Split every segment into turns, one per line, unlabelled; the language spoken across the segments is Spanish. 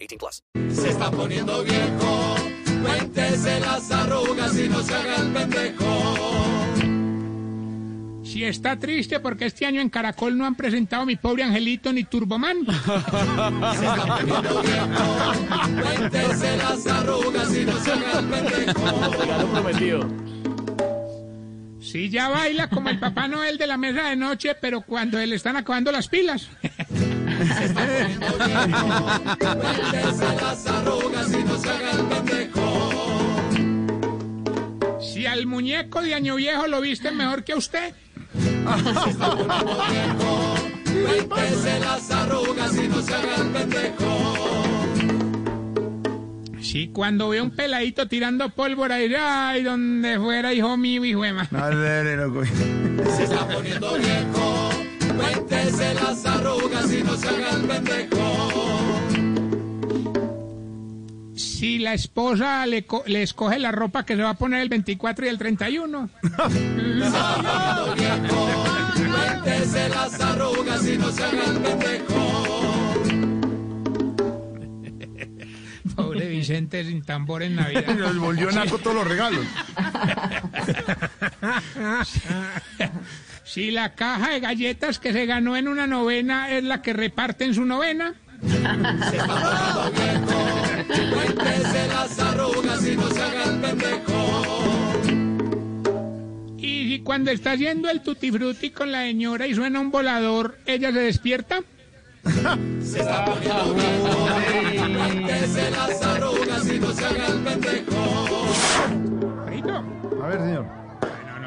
18 plus.
Se está poniendo viejo, cuéntese las arrugas y no se haga el pendejo.
Si está triste porque este año en Caracol no han presentado mi pobre angelito ni Turboman.
Cuéntese las arrugas y no se haga el pendejo.
Si ya baila como el Papá Noel de la mesa de noche, pero cuando le están acabando las pilas.
Cuéntese las arrugas y no se haga el pendejo.
Si al muñeco de año viejo lo viste mejor que a usted.
Cuéntese las arrugas y no se haga el pendejo.
Si cuando ve un peladito tirando pólvora dice, ay, donde fuera hijo mío, hijo de ma-".
Se está poniendo viejo, cuéntese las arrugas y no se haga el pendejo.
Si la esposa le, co- le escoge la ropa que se va a poner el 24 y el 31.
Cuéntese las arrugas y no se haga el pendejo.
Pobre Vicente sin tambor en Navidad.
Nos volvió Naco todos los regalos.
Si la caja de galletas que se ganó en una novena es la que reparte en su novena.
Cuéntese las arrugas y no se haga el pendejo.
Y si cuando está haciendo el tutti frutti con la señora y suena un volador, ella se despierta.
Cuéntese las arrugas y no se haga el pendejo.
Ay, no.
A ver, señor.
No, no,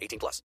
18 plus.